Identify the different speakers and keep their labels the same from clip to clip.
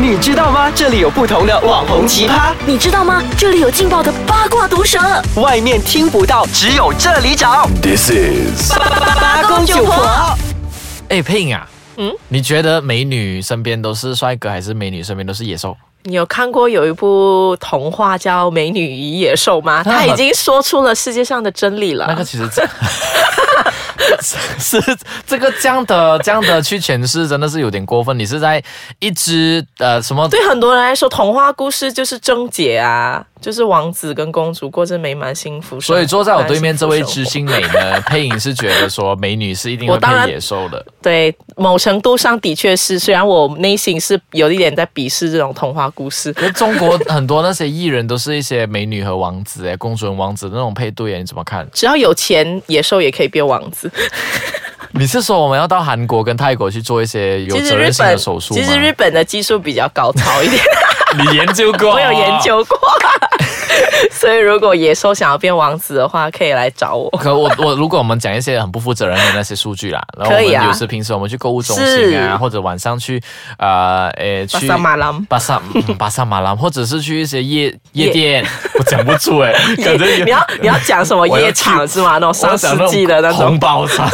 Speaker 1: 你知道吗？这里有不同的网红奇葩，
Speaker 2: 你知道吗？这里有劲爆的八卦毒舌，
Speaker 1: 外面听不到，只有这里找。
Speaker 3: This is
Speaker 1: 八公九婆，
Speaker 4: 哎，佩影啊，
Speaker 5: 嗯，
Speaker 4: 你觉得美女身边都是帅哥，还是美女身边都是野兽？
Speaker 5: 你有看过有一部童话叫《美女与野兽》吗？它已经说出了世界上的真理了。
Speaker 4: 啊那个其实这 是是这个这样的这样的去诠释，真的是有点过分。你是在一只呃什么？
Speaker 5: 对很多人来说，童话故事就是终结啊，就是王子跟公主过着美满幸福生活。
Speaker 4: 所以坐在我对面这位知心
Speaker 5: 心，
Speaker 4: 美 呢，佩影是觉得说美女是一定会
Speaker 5: 我当然
Speaker 4: 配野兽的。
Speaker 5: 对某程度上的确是，虽然我内心是有一点在鄙视这种童话故事。
Speaker 4: 可是中国很多那些艺人都是一些美女和王子哎，公主和王子那种配对哎，你怎么看？
Speaker 5: 只要有钱，野兽也可以变王子。
Speaker 4: 你是说我们要到韩国跟泰国去做一些有
Speaker 5: 其实
Speaker 4: 责
Speaker 5: 日
Speaker 4: 任性
Speaker 5: 本，
Speaker 4: 的手术吗？
Speaker 5: 其实日本的技术比较高超一点。
Speaker 4: 你研究过？
Speaker 5: 我有研。究 过。所以，如果野兽想要变王子的话，可以来找我。
Speaker 4: 可我我如果我们讲一些很不负责任的那些数据啦，然后我
Speaker 5: 可以
Speaker 4: 们
Speaker 5: 啊
Speaker 4: 有时平时我们去购物中心啊，
Speaker 5: 是
Speaker 4: 或者晚上去呃诶
Speaker 5: 巴
Speaker 4: 去
Speaker 5: 萨马郎，
Speaker 4: 巴萨嗯巴萨马兰，或者是去一些夜夜
Speaker 5: 夜
Speaker 4: 店，我讲不出 哎、感觉有
Speaker 5: 你要你要讲什么
Speaker 4: 我要
Speaker 5: 夜场是吗？那种上世纪的那种
Speaker 4: 红包场。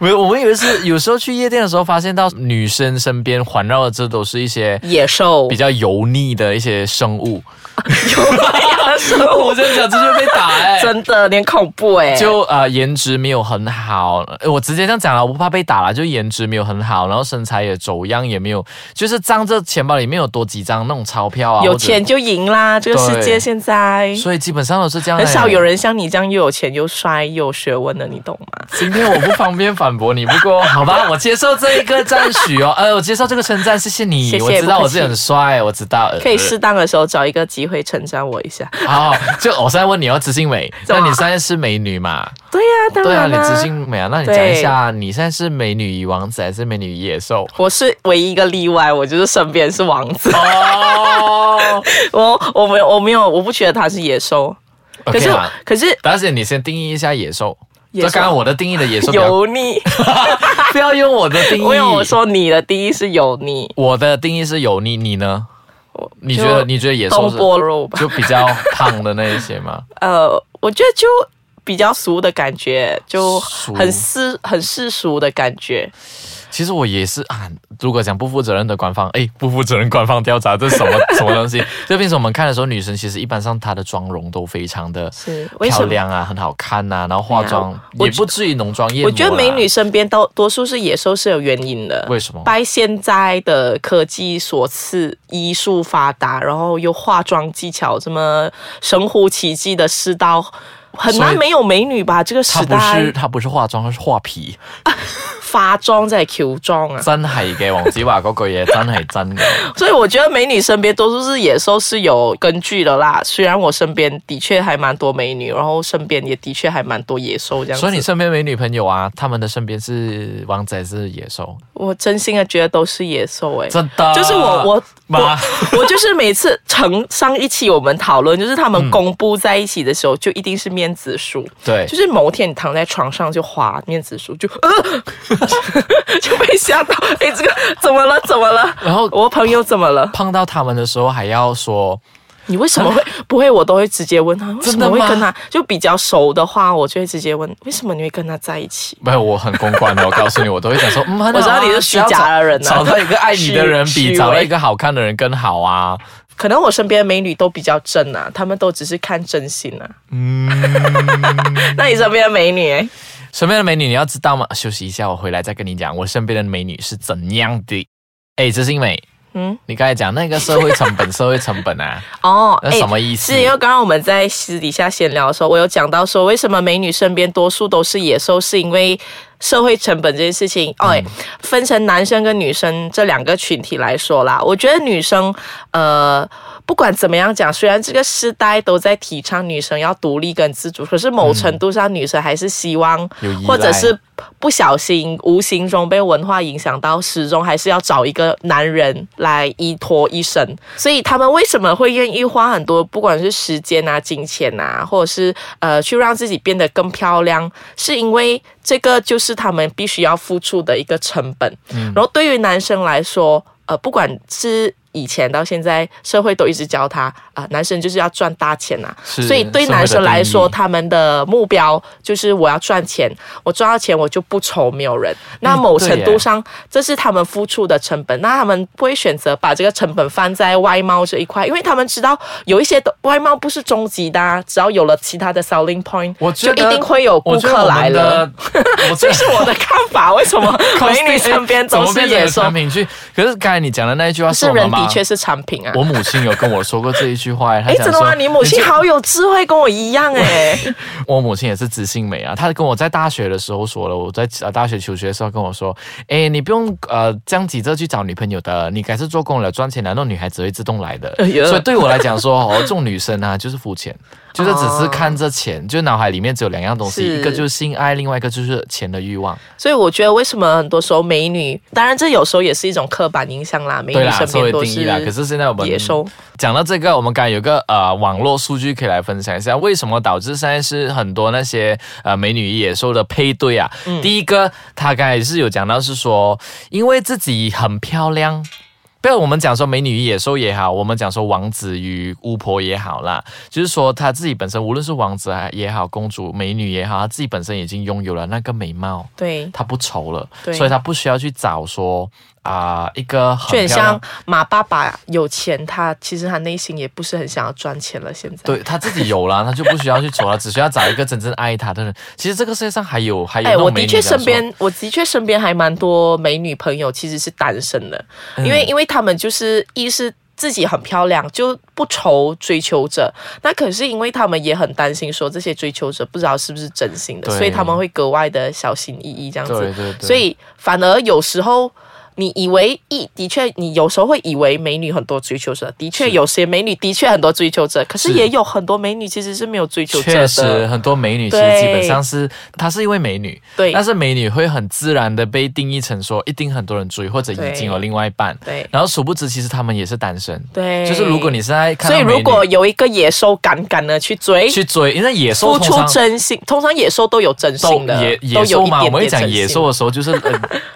Speaker 4: 没有，我们有时有时候去夜店的时候，发现到女生身边环绕的这都是一些
Speaker 5: 野兽
Speaker 4: 比，较油腻的一些生 物。
Speaker 5: 我
Speaker 4: 我这样讲，这就被打哎、
Speaker 5: 真的有点恐怖哎、
Speaker 4: 就呃颜值没有很好，呃我直接这样讲了，我不怕被打了，就颜值没有很好，然后身材也走样，也没有，就是仗着钱包里面有多几张那种钞票啊，
Speaker 5: 有
Speaker 4: 或者
Speaker 5: 钱，就赢啦，这个世界现在。
Speaker 4: 所以哎基本上都是这样的。
Speaker 5: 很少有人像你这样又有钱又帅又有学问的，你懂吗？
Speaker 4: 今天我不方便反驳你，不过好吧，我接受这一个赞许哦，呃，我接受这个称赞，谢谢你，
Speaker 5: 谢谢
Speaker 4: 我知道我
Speaker 5: 不客气
Speaker 4: 自己很帅，我知道，呃
Speaker 5: 可以适。当的时候找一个机会称赞我一下。
Speaker 4: 好，就我现在问你哦，知性美，
Speaker 5: 怎
Speaker 4: 那
Speaker 5: 么
Speaker 4: 你现在是美女嘛？
Speaker 5: 对呀、当
Speaker 4: 对啊，
Speaker 5: 然
Speaker 4: 你
Speaker 5: 啦、
Speaker 4: 知性美啊，那你讲一下，你现在是美女与王子还是美女与野兽？
Speaker 5: 我是唯一一个例外，我就是身边是王子。
Speaker 4: 哦，
Speaker 5: 我我没有我没有我不觉得它是野兽，可
Speaker 4: OK
Speaker 5: 是
Speaker 4: 啦
Speaker 5: 可是
Speaker 4: 但是你先定义一下野兽。
Speaker 5: 野兽
Speaker 4: 这刚刚我的定义的野兽比较，
Speaker 5: 油腻，
Speaker 4: 不要用我的定义。
Speaker 5: 因为我说你的第一是油腻，
Speaker 4: 我的定义是油腻，你呢？你觉得
Speaker 5: 就
Speaker 4: 你觉得野兽
Speaker 5: 东
Speaker 4: 是
Speaker 5: 坡肉吧？
Speaker 4: 就比较胖的那一些吗？
Speaker 5: 呃，我觉得就比较俗的感觉，就
Speaker 4: 俗
Speaker 5: 很世很世俗的感觉。
Speaker 4: 其实我也是啊。如果讲不负责任的官方，哎，不负责任官方调查这是 什么什么东西？就平时我们看的时候，女生其实一般上她的妆容都非常的
Speaker 5: 是为什
Speaker 4: 漂
Speaker 5: 么
Speaker 4: 亮啊，很好看呐、然后化妆、
Speaker 5: 我
Speaker 4: 也不至于浓妆艳抹啦。
Speaker 5: 我觉得美女身边多多数是野兽是有原因的。
Speaker 4: 为什么？
Speaker 5: 拜现在的科技所赐，医术发达，然后又化妆技巧这么神乎其技的世道，很
Speaker 4: 所
Speaker 5: 难
Speaker 4: 以
Speaker 5: 没有美女吧？这个
Speaker 4: 她
Speaker 5: 时
Speaker 4: 不
Speaker 5: 代
Speaker 4: 是她不是化妆，她是化皮。
Speaker 5: 化妝真係喬裝 啊！
Speaker 4: 真係嘅，黃子華嗰句嘢真係真 嘅。
Speaker 5: 所以我觉得美女身边多数是野兽是有根据的啦。虽然我身边的确还蛮多美女，然后身边也的确还蛮多野兽这样子。
Speaker 4: 所以你身邊美女朋友啊，他們的身邊是王子還是野獸？
Speaker 5: 我真心的觉得都是野兽哎、
Speaker 4: 真的？啊
Speaker 5: 就是我我
Speaker 4: 妈
Speaker 5: 我我就是每次成上一期我们讨论，就是他们公布在一起的时候，就一定是面子书。
Speaker 4: 嗯对
Speaker 5: 就。是某天你躺在床上就滑面子书，就 呃就被吓到，哎、这个怎么了？怎么了？
Speaker 4: 然后
Speaker 5: 我朋友怎么了？
Speaker 4: 碰到他們的時候，還要說
Speaker 5: 你为什 么会不会？我都会直接问他，为什
Speaker 4: 真
Speaker 5: 么
Speaker 4: 的吗
Speaker 5: 会跟他？就比较熟的话，我就会直接问，为什么你会跟他在一起？
Speaker 4: 没有，我很公关的，我告诉你，我都會講說，嗯，很好啊
Speaker 5: 我知道你是虚假的人啊
Speaker 4: 找到一個愛你的人
Speaker 5: 虚
Speaker 4: 比
Speaker 5: 虚
Speaker 4: 找到
Speaker 5: 伪
Speaker 4: 一個好看的人更好 啊。
Speaker 5: 可能我身边的美女都比较真啊，她们都只是看真心啊。 嗯，那你身边的美女、欸，
Speaker 4: 身邊的美女你要知道嗎？休息一下，我回來再跟你講，我身邊的美女是怎樣的。哎，知心美，
Speaker 5: 嗯，
Speaker 4: 你剛才講那個社會成 本，社會成本啊，
Speaker 5: 哦，
Speaker 4: 那
Speaker 5: 欸
Speaker 4: 什么意思
Speaker 5: 是因为刚刚我们在私底下闲聊的时候，我有讲到说，为什么美女身边多数都是野兽，是因为社会成本这件事情。
Speaker 4: 嗯
Speaker 5: 哦、欸分成男生跟女生这两个群体来说啦，我觉得女生，呃。不管怎么样讲，虽然这个时代都在提倡女生要独立跟自主，可是某程度上，女生还是希望
Speaker 4: 嗯有依赖
Speaker 5: 或者是不小心、无形中被文化影响到，始终还是要找一个男人来依托一生。所以他们为什么会愿意花很多，不管是时间啊、金钱啊，或者是呃，去让自己变得更漂亮，是因为这个就是他们必须要付出的一个成本。然后对于男生来说，呃，不管是以前到现在，社会都一直教他啊、男生就是要赚大钱呐、
Speaker 4: 是
Speaker 5: 所以对男生来说，他们的目标就是我要赚钱，我赚到钱我就不愁没有人。那
Speaker 4: 嗯
Speaker 5: 某程度上，这是他们付出的成本。那他们不会选择把这个成本放在外貌这一块，因为他们知道有一些的外貌不是终极的、啊，只要有了其他的 selling point，
Speaker 4: 我觉
Speaker 5: 就一
Speaker 4: 得
Speaker 5: 定会有顾
Speaker 4: 我觉得
Speaker 5: 客
Speaker 4: 我
Speaker 5: 来
Speaker 4: 们
Speaker 5: 了
Speaker 4: 的。， 我觉
Speaker 5: 这
Speaker 4: 得
Speaker 5: 是我的看法，为什么美女身边
Speaker 4: 哎怎
Speaker 5: 都
Speaker 4: 么
Speaker 5: 是
Speaker 4: 变成
Speaker 5: 野
Speaker 4: 了
Speaker 5: 兽
Speaker 4: 产？品去？可是刚才你讲的那一句话
Speaker 5: 是
Speaker 4: 我妈
Speaker 5: 人
Speaker 4: 妈
Speaker 5: 的确是产品啊。
Speaker 4: 我母亲有跟我说过这一句话，她
Speaker 5: 哎，
Speaker 4: 讲
Speaker 5: 真的
Speaker 4: 说
Speaker 5: 吗？你母亲
Speaker 4: 就
Speaker 5: 好有智慧，跟我一样哎。
Speaker 4: 我母亲也是知性美啊，她跟我在大学的时候说了，我在呃大学求学的时候跟我说，哎，你不用呃这样急着去找女朋友的，你改次做工了赚钱了，那种女孩子会自动来的。
Speaker 5: 哎呀
Speaker 4: 所以对我来讲说，哦，这种女生啊就是肤浅，就是只是看着钱，就是脑海里面只有两样东西，
Speaker 5: 是
Speaker 4: 一个就是性爱，另外一个就是钱的欲望。
Speaker 5: 所以我觉得为什么很多时候美女，当然这有时候也是一种刻板印象啦，美
Speaker 4: 对
Speaker 5: 女
Speaker 4: 啦，
Speaker 5: 身
Speaker 4: 作为
Speaker 5: 边都
Speaker 4: 定义啦。可是现在我们
Speaker 5: 野兽。
Speaker 4: 讲到这个，我们刚才有个呃网络数据可以来分享一下，为什么导致现在是很多那些呃美女与野兽的配对啊？
Speaker 5: 嗯
Speaker 4: 第一个，他刚才是有讲到是说，因为自己很漂亮。不要我们讲说美女与野兽也好，我们讲说王子与巫婆也好啦，就是说他自己本身无论是王子还也好，公主、美女也好，他自己本身已经拥有了那个美貌，
Speaker 5: 对，
Speaker 4: 他不愁了，
Speaker 5: 对
Speaker 4: 所以他不需要去找说啊、一个很
Speaker 5: 就很
Speaker 4: 漂亮
Speaker 5: 像马爸爸有钱，他其实他内心也不是很想要赚钱了。现在，
Speaker 4: 对他自己有了，他就不需要去愁了，只需要找一个真正爱他的人。其实这个世界上还有还有那
Speaker 5: 哎，
Speaker 4: 种
Speaker 5: 我
Speaker 4: 美
Speaker 5: 的
Speaker 4: 女
Speaker 5: 确
Speaker 4: 这样
Speaker 5: 身
Speaker 4: 说
Speaker 5: 边，我的确身边还蛮多美女朋友其实是单身的，
Speaker 4: 嗯
Speaker 5: 因为因为他们就是一是。自己很漂亮，就不愁追求者。那可是因为他们也很担心，说这些追求者不知道是不是真心的，
Speaker 4: 对
Speaker 5: 所以他们会格外的小心翼翼这样子。
Speaker 4: 对对对，
Speaker 5: 所以反而有时候你以为一的确，你有时候会以为美女很多追求者，的确
Speaker 4: 是
Speaker 5: 有些美女的确很多追求者，可是
Speaker 4: 是
Speaker 5: 也有很多美女其实是没有追求者
Speaker 4: 确实
Speaker 5: 的。
Speaker 4: 很多美女其实
Speaker 5: 对
Speaker 4: 基本上是她是因为美女，
Speaker 5: 对
Speaker 4: 但是美女会很自然的被定义成说一定很多人追或者已经有另外一半，
Speaker 5: 对
Speaker 4: 然后殊不知其实他们也是单身，
Speaker 5: 对，
Speaker 4: 就是如果你是在看
Speaker 5: 所
Speaker 4: 到
Speaker 5: 以
Speaker 4: 美女
Speaker 5: 如果有一个野兽敢敢的去追，
Speaker 4: 去追，因为野兽
Speaker 5: 付
Speaker 4: 通
Speaker 5: 出
Speaker 4: 常
Speaker 5: 真心，通常野兽都有真
Speaker 4: 都
Speaker 5: 心的，
Speaker 4: 野野
Speaker 5: 都有
Speaker 4: 兽
Speaker 5: 一
Speaker 4: 嘛，我
Speaker 5: 点
Speaker 4: 们一
Speaker 5: 点
Speaker 4: 讲
Speaker 5: 真
Speaker 4: 野
Speaker 5: 心啊
Speaker 4: 兽的时候，就是呃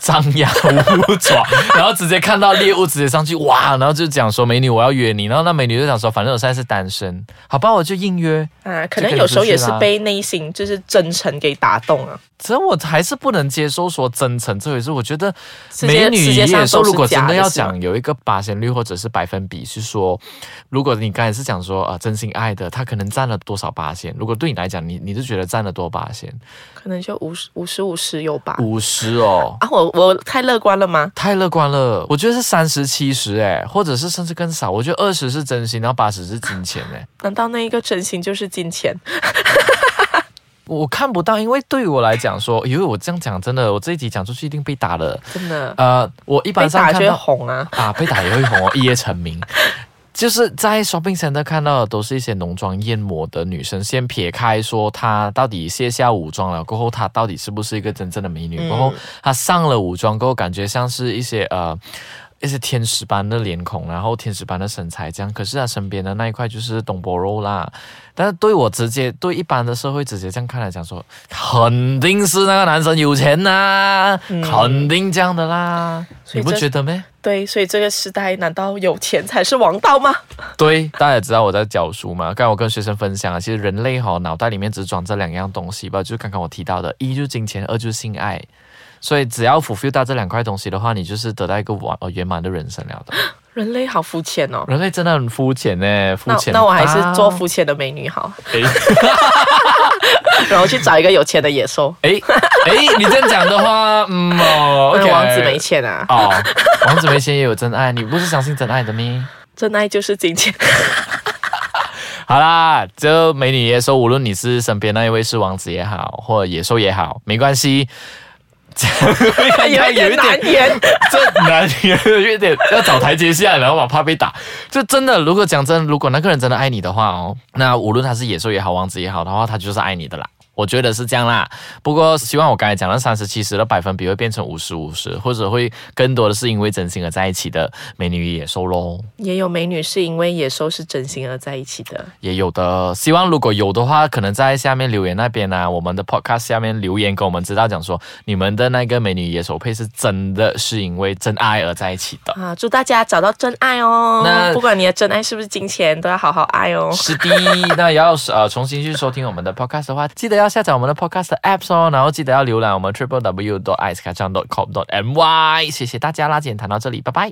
Speaker 4: 张牙舞爪， 然后直接看到猎物直接上去，哇，然后就讲说美女我要约你，然后那美女就讲说反正我现在是单身，好吧，我就硬约。
Speaker 5: 啊，可
Speaker 4: 就
Speaker 5: 能
Speaker 4: 跟
Speaker 5: 有
Speaker 4: 出
Speaker 5: 时候也
Speaker 4: 去
Speaker 5: 是
Speaker 4: 啦
Speaker 5: 被内心就是真诚给打动啊。
Speaker 4: 只是我还是不能接受说真诚这回事，我觉得
Speaker 5: 世界
Speaker 4: 美女
Speaker 5: 世
Speaker 4: 与
Speaker 5: 界上
Speaker 4: 野兽
Speaker 5: 都是
Speaker 4: 如果真的
Speaker 5: 假的
Speaker 4: 要
Speaker 5: 是吗
Speaker 4: 讲有一个八仙率或者是百分比，是说，如果你刚才是讲说啊、呃真心爱的，他可能占了多少八仙？如果对你来讲，你你是觉得占了多八仙？
Speaker 5: 可能就五十五十五十有吧。
Speaker 4: 五十哦，
Speaker 5: 啊，我我太乐观了吗？
Speaker 4: 太乐观了，我觉得是三十七十哎，或者是甚至更少。我觉得二十是真心，然后八十是金钱哎，
Speaker 5: 难道那一个真心就是金钱？
Speaker 4: 我看不到，因为对于我来讲说，因为我这样讲真的，我这一集讲出去一定被打的。
Speaker 5: 真的，
Speaker 4: 呃，我一
Speaker 5: 被
Speaker 4: 般上
Speaker 5: 打
Speaker 4: 看
Speaker 5: 就会
Speaker 4: 到
Speaker 5: 红啊。
Speaker 4: 啊，被打也会红哦，一夜成名。就是在 shopping center 看到的都是一些浓妆艳抹的女生。先撇开说她到底卸下武装了过后，她到底是不是一个真正的美女？
Speaker 5: 嗯
Speaker 4: 过后她上了武装过后，感觉像是一些呃。一些天使般的脸孔，然后天使般的身材，这样。可是她身边的那一块就是东坡肉啦。但是对我直接对一般的社会直接这样看来讲说，肯定是那个男生有钱呐、肯定这样的啦。
Speaker 5: 嗯
Speaker 4: 你
Speaker 5: 所以
Speaker 4: 不
Speaker 5: 这
Speaker 4: 觉得咩？
Speaker 5: 对，所以这个时代难道有钱才是王道吗？
Speaker 4: 对，大家也知道我在教书嘛。刚才我跟学生分享啊，其实人类哈、脑袋里面只装这两样东西吧，就是刚刚我提到的，一就是金钱，二就是性爱。所以只要 fulfill 到这两块东西的话，你就是得到一个完呃圆满的人生 了的。
Speaker 5: 人类好肤浅哦。
Speaker 4: 人类真的很肤浅呢，肤
Speaker 5: 那
Speaker 4: 浅啊
Speaker 5: 那我还是
Speaker 4: 到
Speaker 5: 做肤浅的美女好，
Speaker 4: 诶
Speaker 5: 然后去找一个有钱的野兽。
Speaker 4: 诶诶，你这样讲的话，嗯哦
Speaker 5: 那
Speaker 4: ，OK，
Speaker 5: 王子没钱啊，
Speaker 4: 哦，王子没钱也有真爱，你不是相信真爱的咩？
Speaker 5: 真爱就是金 钱。
Speaker 4: 好啦，这美女野兽，无论你是身边那一位是王子也好，或者野兽也好，没关系。有
Speaker 5: 有一点难言，
Speaker 4: 这男人有点要找台阶下，然后嘛怕被打。就真的，如果讲真，如果那个人真的爱你的话哦，那无论他是野兽也好，王子也好的话，他就是爱你的啦。我觉得是这样啦。不过希望我刚才讲的三十七十的百分比会变成五十五十，或者会更多的是因为真心而在一起的美女与野兽喽，
Speaker 5: 也有美女是因为野兽是真心而在一起的。
Speaker 4: 也有的。希望如果有的话，可能在下面留言那边啊，我们的 podcast 下面留言跟我们知道讲说，你们的那个美女与野兽配是真的是因为真爱而在一起的。
Speaker 5: 啊，祝大家找到真爱哦
Speaker 4: 那！
Speaker 5: 不管你的真爱是不是金钱，都要好好爱哦。
Speaker 4: 是的，那要是呃重新去收听我们的 podcast 的话，记得要下载我们的 podcast 的 apps 哦，然后记得要浏览我们 triple w dot i c e k a c a n dot com dot my。谢谢大家啦，今天谈到这里，拜拜。